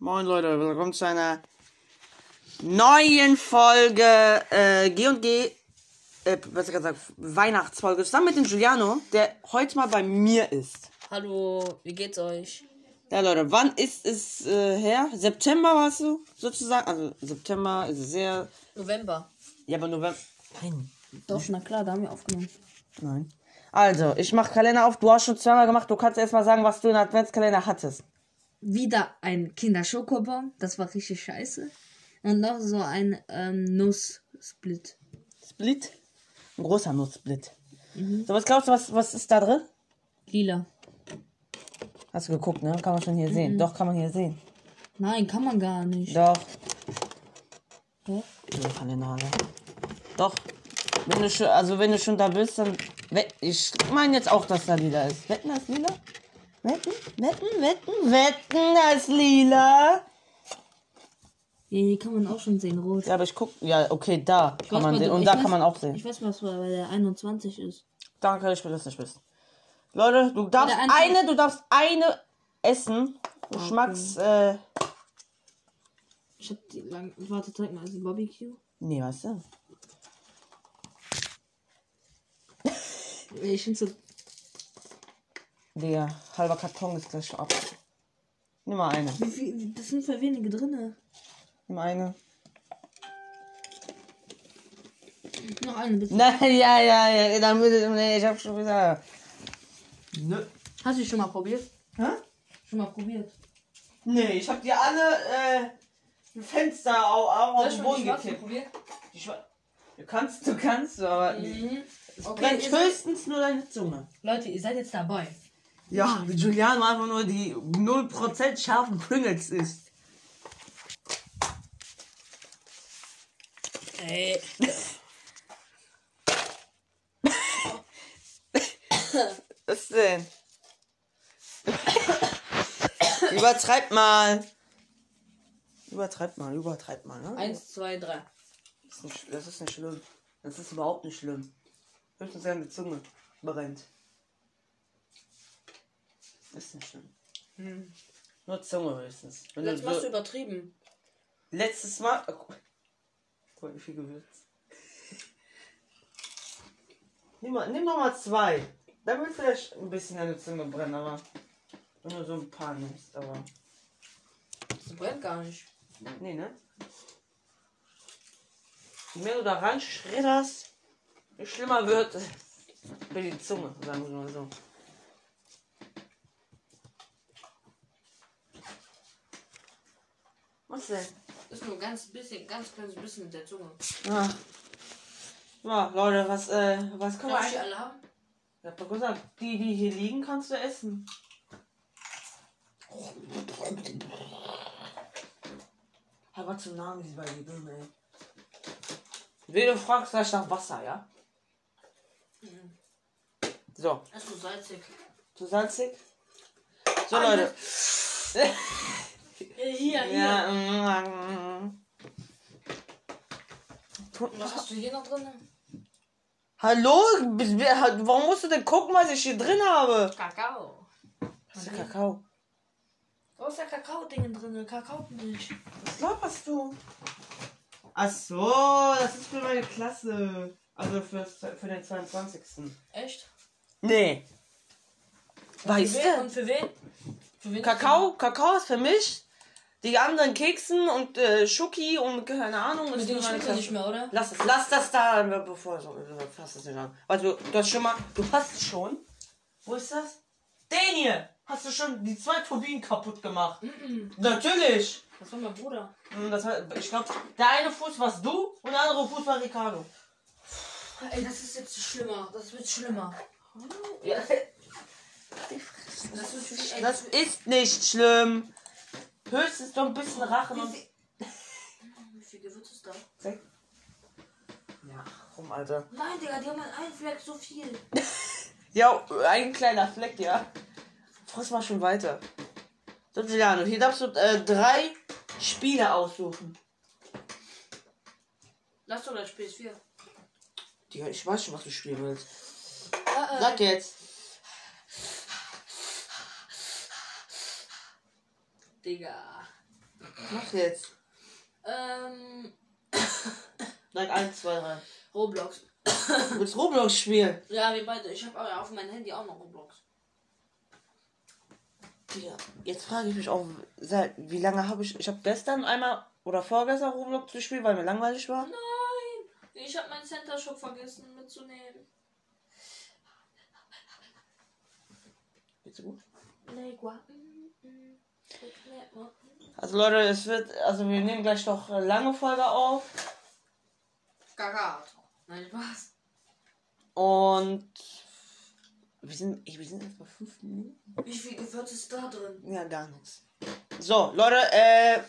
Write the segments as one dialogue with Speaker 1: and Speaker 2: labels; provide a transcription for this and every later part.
Speaker 1: Moin Leute, willkommen zu einer neuen Folge äh, G&G, äh, besser gesagt Weihnachtsfolge, zusammen mit dem Giuliano, der heute mal bei mir ist.
Speaker 2: Hallo, wie geht's euch?
Speaker 1: Ja Leute, wann ist es äh, her? September warst du sozusagen, also September ist es sehr,
Speaker 2: November.
Speaker 1: ja aber November, nein,
Speaker 2: Doch, na klar, da haben wir aufgenommen.
Speaker 1: nein. Also, ich mach Kalender auf, du hast schon zweimal gemacht, du kannst erstmal sagen, was du in der Adventskalender hattest.
Speaker 3: wieder ein Kinderschokobon, das war richtig scheiße. Und noch so ein ähm, Nuss-Split.
Speaker 1: Split? Ein großer Nusssplit. So, was glaubst du, was, was ist da drin?
Speaker 3: Lila.
Speaker 1: Hast du geguckt, ne? Kann man schon hier
Speaker 3: Mhm.
Speaker 1: sehen. Doch, kann man hier sehen.
Speaker 3: Nein, kann man gar nicht.
Speaker 1: Doch.
Speaker 3: Doch.
Speaker 1: Du Kalenade. Doch. Wenn du schon, also wenn du schon da bist, dann. wett- Ich meine jetzt auch, dass da lila ist. Wetten, da ist lila? Wetten, wetten, wetten, wetten, da ist lila.
Speaker 3: Ja, hier kann man auch schon sehen, rot.
Speaker 1: Ja, aber ich guck. Ja, okay, da kann
Speaker 3: weiß
Speaker 1: man
Speaker 3: mal,
Speaker 1: sehen. Und
Speaker 3: ich
Speaker 1: da
Speaker 3: weiß-
Speaker 1: kann man auch sehen.
Speaker 3: Ich weiß, was bei der 21 ist.
Speaker 1: Danke, ich will das nicht wissen. Leute, du darfst
Speaker 3: Oder einfach-
Speaker 1: eine, du darfst eine essen. Geschmacks. Äh,
Speaker 3: Ich hab die lang. Warte, zeig mal, ist ein Barbecue?
Speaker 1: nee, was denn?
Speaker 3: Ich finde so.
Speaker 1: Digga, halber Karton ist gleich schon ab. Nimm mal eine.
Speaker 3: Wie viel, das sind voll wenige drinne.
Speaker 1: Nimm eine.
Speaker 3: Noch eine bitte.
Speaker 1: Nein, ja, ja, ja, dann müsste nee, ich hab schon wieder. Nö.
Speaker 3: Hast du schon mal probiert?
Speaker 1: Ne, Hä?
Speaker 3: Schon mal probiert.
Speaker 1: Nee, ich hab die alle äh, Fenster au- au- auf, den Boden gekippt.
Speaker 2: probiert?
Speaker 1: Die Schwa- Du kannst, du kannst, aber es brennt
Speaker 2: ihr seid-
Speaker 1: höchstens nur deine Zunge.
Speaker 2: Leute, ihr seid jetzt dabei.
Speaker 1: Ja, wie Julian einfach nur die 0% scharfen Pringles isst.
Speaker 2: Ey.
Speaker 1: Was denn? übertreib mal. Übertreib mal, übertreib mal, ne?
Speaker 2: Eins, zwei, drei.
Speaker 1: Das ist nicht, das ist nicht schlimm. Das ist überhaupt nicht schlimm. Höchstens seine Zunge brennt. Das ist nicht schlimm. Nur Zunge höchstens. Wenn
Speaker 2: Jetzt
Speaker 1: du,
Speaker 2: Hm. machst du
Speaker 1: so,
Speaker 2: übertrieben.
Speaker 1: letztes Mal. Oh, guck mal. Guck mal, wie viel Gewürz. nimm, mal, nimm noch mal zwei. Dann wird vielleicht ein bisschen deine Zunge brennen, aber. Wenn du so ein paar nimmst, aber.
Speaker 2: Das brennt gar nicht.
Speaker 1: Nee, ne? Je mehr du da reinschredderst, je schlimmer wird es für die Zunge, sagen wir mal so. Was denn?
Speaker 2: Ist nur ganz bisschen, ganz kleines bisschen mit der Zunge.
Speaker 1: Ah. Ja, Leute, was, äh, was können wir
Speaker 2: Darf ich
Speaker 1: eigentlich...
Speaker 2: die alle haben?
Speaker 1: Ich hab doch gesagt, die, die hier liegen, kannst du essen. Aber zum Namen ist bei dir dumm, ey. Wen du fragst, gleich nach Wasser, ja?
Speaker 2: Mhm.
Speaker 1: So,
Speaker 2: Das ist so salzig.
Speaker 1: zu salzig? So, Leute.
Speaker 2: Äh, Hier, hier.
Speaker 1: Ja, mm, Tu-
Speaker 2: Was hast du hier noch drin?
Speaker 1: Hallo? Bis- wer- Warum musst du denn gucken, was ich hier drin habe?
Speaker 2: Kakao.
Speaker 1: Das ist Kakao.
Speaker 2: Da ist ja Kakao-Ding drin, Kakao-Milch.
Speaker 1: Was laberst du? Ach so, das ist für meine Klasse. Also für, für den 22.
Speaker 2: Echt?
Speaker 1: Nee. Weißt
Speaker 2: Für wen?
Speaker 1: du?
Speaker 2: Und für wen? Für wen?
Speaker 1: Kakao, Kakao ist für mich. Die anderen Keksen und äh, Schoki und keine Ahnung ist
Speaker 2: Mit
Speaker 1: für
Speaker 2: denen
Speaker 1: meine
Speaker 2: schmeckt er
Speaker 1: Klasse.
Speaker 2: nicht mehr, oder?
Speaker 1: Lass es, lass das da, bevor so, fass das nicht an. Also, du hast schon mal, du hast schon. Wo ist das? Den hier! Hast du schon die zwei Turbinen kaputt gemacht? Natürlich!
Speaker 2: Das war mein Bruder.
Speaker 1: Mm, Das war, ich glaube, der eine Fuß warst du und der andere Fuß war Ricardo.
Speaker 2: Ey, das ist jetzt schlimmer. Das wird schlimmer. Das ist wie ey,
Speaker 1: Das ist nicht schlimm. Höchstens so ein bisschen Rachen und.
Speaker 2: Wie viel Gewürz ist da?
Speaker 1: Ja, rum, Alter.
Speaker 2: Nein, Digga, die haben an einem Fleck so viel.
Speaker 1: Ja, ein kleiner Fleck, ja. Friss mal schon weiter. So, Giuliano, hier darfst du äh, drei Spiele aussuchen.
Speaker 2: Lass doch das PS4.
Speaker 1: Digga, ich weiß schon, was du spielen willst.
Speaker 2: Äh,
Speaker 1: Sag jetzt.
Speaker 2: Digga.
Speaker 1: Mach jetzt.
Speaker 2: Ähm,
Speaker 1: Sag 1, 2, 3.
Speaker 2: Roblox.
Speaker 1: Du willst Roblox spielen?
Speaker 2: Ja, wir beide. Ich habe auf meinem Handy auch noch Roblox.
Speaker 1: Digga, jetzt frage ich mich auch, seit wie lange habe ich. Ich habe gestern einmal oder vorgestern Roblox gespielt, weil mir langweilig war.
Speaker 2: Nein! Ich habe meinen Center Shop vergessen mitzunehmen.
Speaker 1: Geht's dir gut?
Speaker 2: Legua. Mm, mm. Legua.
Speaker 1: Also Leute, es wird. Also wir nehmen gleich noch eine lange Folge auf.
Speaker 2: Gaga. Nein, Spaß.
Speaker 1: Und. Wir sind, ey, wir sind erst bei 5 Minuten.
Speaker 2: Wie viel Gewürz ist da drin?
Speaker 1: Ja, gar nichts. So, Leute, äh.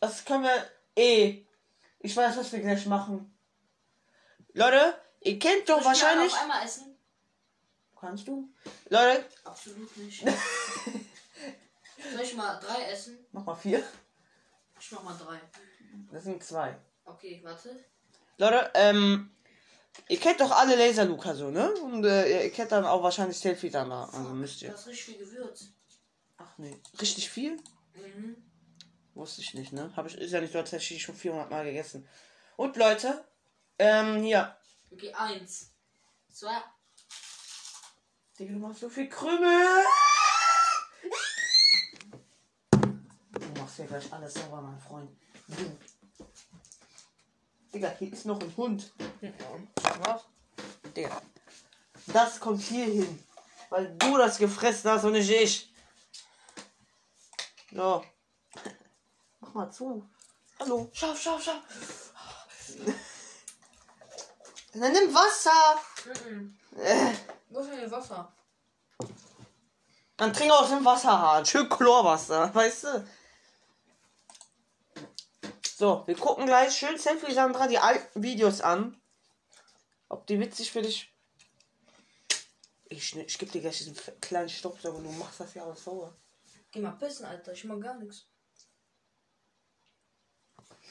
Speaker 1: Das können wir. Eh. Ich weiß, was wir gleich machen. Leute, ihr kennt doch
Speaker 2: Soll ich die alle
Speaker 1: wahrscheinlich.
Speaker 2: Auf einmal essen?
Speaker 1: Kannst du? Leute,
Speaker 2: Absolut nicht. Soll ich mal drei essen?
Speaker 1: mach mal vier.
Speaker 2: Ich mach mal drei.
Speaker 1: Das sind zwei.
Speaker 2: Okay, warte.
Speaker 1: Leute, ähm, ihr kennt doch alle Laser Luca so, ne? Und äh, ihr kennt dann auch wahrscheinlich Selfie danach. Also müsst ihr.
Speaker 2: Das ist richtig viel Gewürz.
Speaker 1: Ach nee. Richtig viel?
Speaker 2: Mhm.
Speaker 1: Wusste ich nicht, ne? Hab ich, ist ja nicht, du hast tatsächlich schon 400 Mal gegessen. Und Leute, ähm, ja.
Speaker 2: Okay, eins. Zwei.
Speaker 1: Digga, du machst so viel Krümel. Du machst ja gleich alles sauber, mein Freund. Du. Digga, hier ist noch ein Hund. Was? Digga. Das kommt hier hin. Weil du das gefressen hast und nicht ich. So. Mach mal zu. Hallo.
Speaker 2: Schau, schau, schau.
Speaker 1: Dann nimm Wasser.
Speaker 2: Mhm.
Speaker 1: Äh,
Speaker 2: Wo ist denn das Wasser?
Speaker 1: Dann trink aus dem Wasserhahn. Schön Chlorwasser, weißt du? So, wir gucken gleich schön Selfie Sandra die alten Videos an. Ob die witzig für dich. Ich, ich geb dir gleich diesen f- kleinen Staubsauger, du machst das ja alles sauber.
Speaker 2: Geh mal pissen, Alter. Ich mag gar nichts.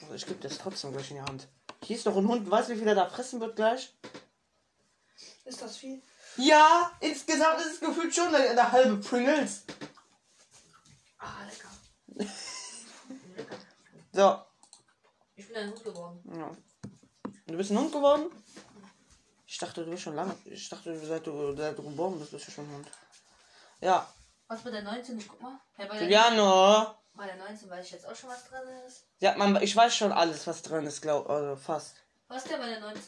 Speaker 1: Also ich geb dir das trotzdem gleich in die Hand. Hier ist noch ein Hund, weißt du, wie viel er da fressen wird gleich?
Speaker 2: Ist das viel?
Speaker 1: Ja, insgesamt ist es gefühlt schon eine, eine halbe Pringles.
Speaker 2: Ah, lecker. lecker.
Speaker 1: So,
Speaker 2: Ich bin ein Hund geworden.
Speaker 1: Ja. Du bist ein Hund geworden? Ich dachte, du bist schon lange. Ich dachte, seit du, seit du geboren bist, bist du schon ein Hund. Ja.
Speaker 2: Was bei der 19? Ich guck mal. Hey, bei, der,
Speaker 1: Juliano.
Speaker 2: bei der 19 weiß ich jetzt auch schon, was drin ist.
Speaker 1: Ja, man, ich weiß schon alles, was drin ist, glaub, also fast.
Speaker 2: Was ist denn bei der 19?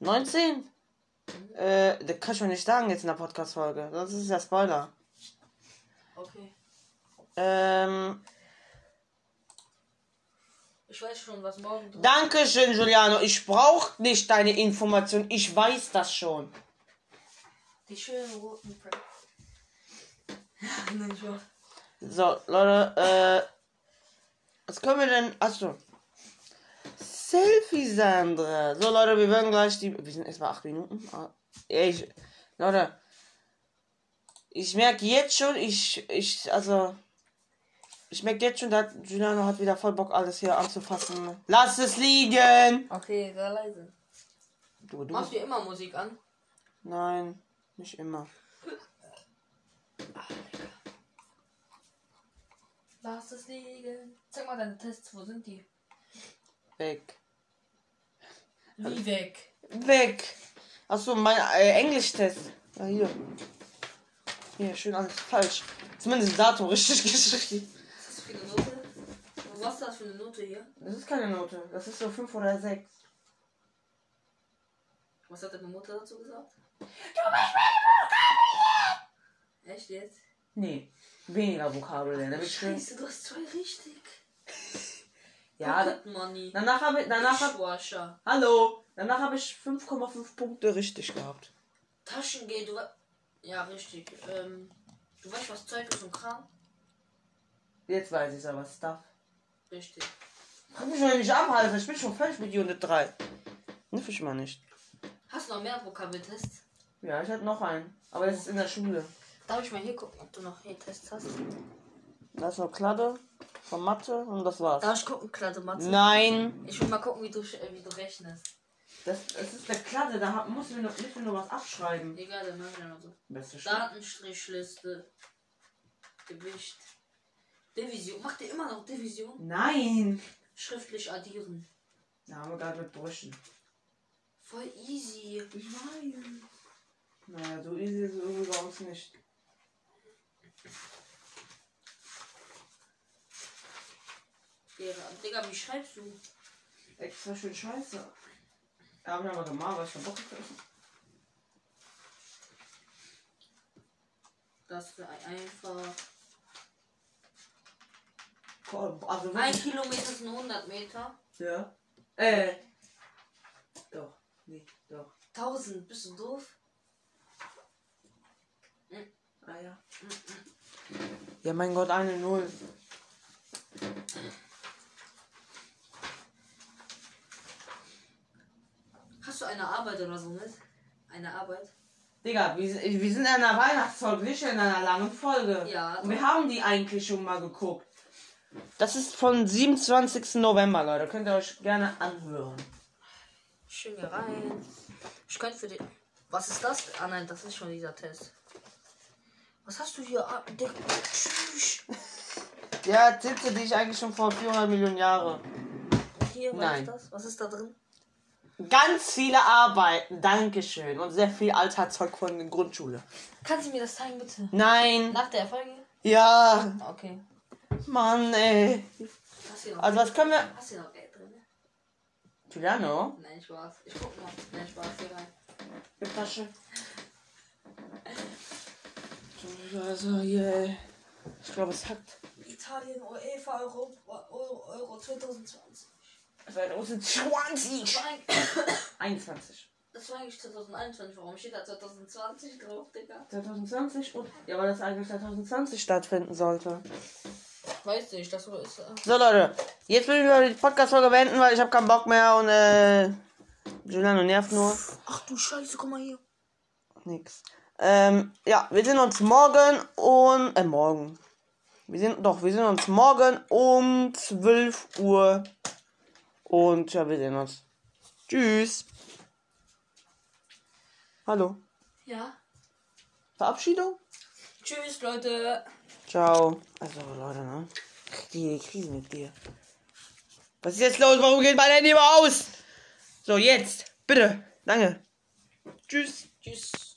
Speaker 1: 19? Äh, das kannst du mir nicht sagen jetzt in der Podcast-Folge. Das ist ja Spoiler.
Speaker 2: Okay.
Speaker 1: Ähm,
Speaker 2: Ich weiß schon, was morgen drin
Speaker 1: Dankeschön, Juliano. Ich brauch nicht deine Information. Ich weiß das schon.
Speaker 2: Die schönen roten Prep. Nein, ich war.
Speaker 1: So, Leute, äh. Was können wir denn. Achso. Selfie Sandra. So, Leute, wir werden gleich die. Wir sind erst bei 8 Minuten. Ah, Ich. Leute. Ich merke jetzt schon, ich. Ich. Also. Ich merke jetzt schon, dass Juliano hat wieder voll Bock, alles hier anzufassen. Lass es liegen!
Speaker 2: Okay, sehr leise.
Speaker 1: Du, du.
Speaker 2: Machst du immer Musik an?
Speaker 1: Nein, nicht immer.
Speaker 2: Lass es liegen. Zeig mal deine Tests, wo sind die?
Speaker 1: Weg.
Speaker 2: Wie weg.
Speaker 1: Weg! Achso, mein äh, Englischtest. Ah, hier. Hier, schön alles falsch. Zumindest Datum richtig geschrieben.
Speaker 2: Was ist das für eine Note? Was ist das für eine Note hier?
Speaker 1: Das ist keine Note. Das ist so 5 oder 6.
Speaker 2: Was hat deine Mutter dazu gesagt? Du bist meine Vokabeln! Echt jetzt?
Speaker 1: Nee. Weniger Vokabeln. Damit schön.
Speaker 2: Scheiße, du hast zwei richtig.
Speaker 1: Ja, da,
Speaker 2: Pocket Money.
Speaker 1: danach habe ich. Danach hab,
Speaker 2: Dishwasher.
Speaker 1: hallo! Danach habe ich 5,5 Punkte richtig gehabt.
Speaker 2: Taschengeld. Du we- ja, richtig. Ähm, du weißt, was Zeug ist und Kram?
Speaker 1: Jetzt weiß ich aber Stuff.
Speaker 2: Richtig.
Speaker 1: Mach mich doch nicht ab, Alter. Ich bin schon fertig mit Unit 3. Niff ich mal nicht.
Speaker 2: Hast du noch mehr Vokabeltests?
Speaker 1: Ja, ich hatte noch einen. Aber das ist in der Schule.
Speaker 2: Darf ich mal hier gucken, ob du noch hier Tests hast?
Speaker 1: Da ist noch Kladde von Mathe und das war's.
Speaker 2: Darf ich gucken, Kladde Matze?
Speaker 1: Nein!
Speaker 2: Ich will mal gucken, wie du, sch- äh, wie du rechnest.
Speaker 1: Das, das ist eine Kladde, da hab- muss mir noch, müssen wir noch was abschreiben.
Speaker 2: Egal, dann machen wir noch so.
Speaker 1: Beste Schule.
Speaker 2: Datenstrichliste. Gewicht. Division. Macht ihr immer noch Division?
Speaker 4: Nein.
Speaker 2: Schriftlich addieren.
Speaker 4: Da haben wir gerade mit Burschen.
Speaker 2: Voll easy.
Speaker 4: Ich weiß. Naja, so easy ist es übrigens nicht.
Speaker 2: Digga, Digga, wie schreibst du?
Speaker 4: Extra schön scheiße. Haben wir aber gemacht, was ich da Bock hatte.
Speaker 2: Das wäre einfach.
Speaker 4: Komm, Also
Speaker 2: Ein
Speaker 4: wirklich.
Speaker 2: Kilometer sind 100 Meter.
Speaker 4: Ja. Äh. Doch. Nee, doch.
Speaker 2: 1000. Bist du doof?
Speaker 4: Ah ja.
Speaker 1: Ja, mein Gott, eine Null.
Speaker 2: Hast du eine Arbeit oder so mit? Eine Arbeit?
Speaker 4: Digga, wir, sind- wir sind in einer Weihnachtsfolge, nicht in einer langen Folge.
Speaker 2: Ja.
Speaker 4: Und wir haben die eigentlich schon mal geguckt.
Speaker 1: Das ist von 27. November, Leute. Könnt ihr euch gerne anhören.
Speaker 2: Schön hier rein. Ich könnte für den. Was ist das? Ah nein, das ist schon dieser Test. Was hast du hier? Ah, Digga. Tschüss.
Speaker 1: Ja, Tinte, die ich eigentlich schon vor 400 Millionen Jahre.
Speaker 2: Hier, was
Speaker 1: Nein.
Speaker 2: ist das? Was ist da drin?
Speaker 1: Ganz viele Arbeiten, Dankeschön. Und sehr viel Alltagszeug von der Grundschule.
Speaker 2: Kannst du mir das zeigen, bitte?
Speaker 1: Nein.
Speaker 2: Nach der Erfolge?
Speaker 1: Ja,
Speaker 2: Okay.
Speaker 1: Mann, ey.
Speaker 2: Hast du hier noch,
Speaker 1: Also, was können wir.
Speaker 2: hast du hier noch Geld drin? ne?
Speaker 1: Giuliano?
Speaker 2: Nein, Spaß. Ich guck mal. Nein, Spaß. Hier rein.
Speaker 1: Gib Tasche. Also, hier, ey. Ich glaube, es hackt.
Speaker 2: Italien, UEFA, Euro, Euro, Euro 2020.
Speaker 1: 2020.
Speaker 2: Das war, eigentlich,
Speaker 4: 21.
Speaker 2: das war eigentlich 2021. Warum steht da 2020 drauf, Digga?
Speaker 1: 2020 und. Ja, weil das eigentlich 2020 stattfinden sollte.
Speaker 2: Weiß nicht, das ist. äh,
Speaker 1: So, Leute. Jetzt will ich mal die Podcast-Folge beenden, weil ich habe keinen Bock mehr und, äh. Giuliano nervt nur.
Speaker 2: Ach du Scheiße, guck mal hier.
Speaker 1: Nix. Ähm, ja, wir sehen uns morgen und. Äh, morgen. Wir sehen, doch, wir sehen uns morgen um 12 Uhr. Und ja, wir sehen uns. Tschüss. Hallo.
Speaker 2: Ja.
Speaker 1: Verabschiedung?
Speaker 2: Tschüss, Leute.
Speaker 1: Ciao. Also, Leute, ne? Die Krisen mit dir. Was ist jetzt los? Warum geht mein Handy immer aus? So, jetzt. Bitte. Danke. Tschüss.
Speaker 2: Tschüss.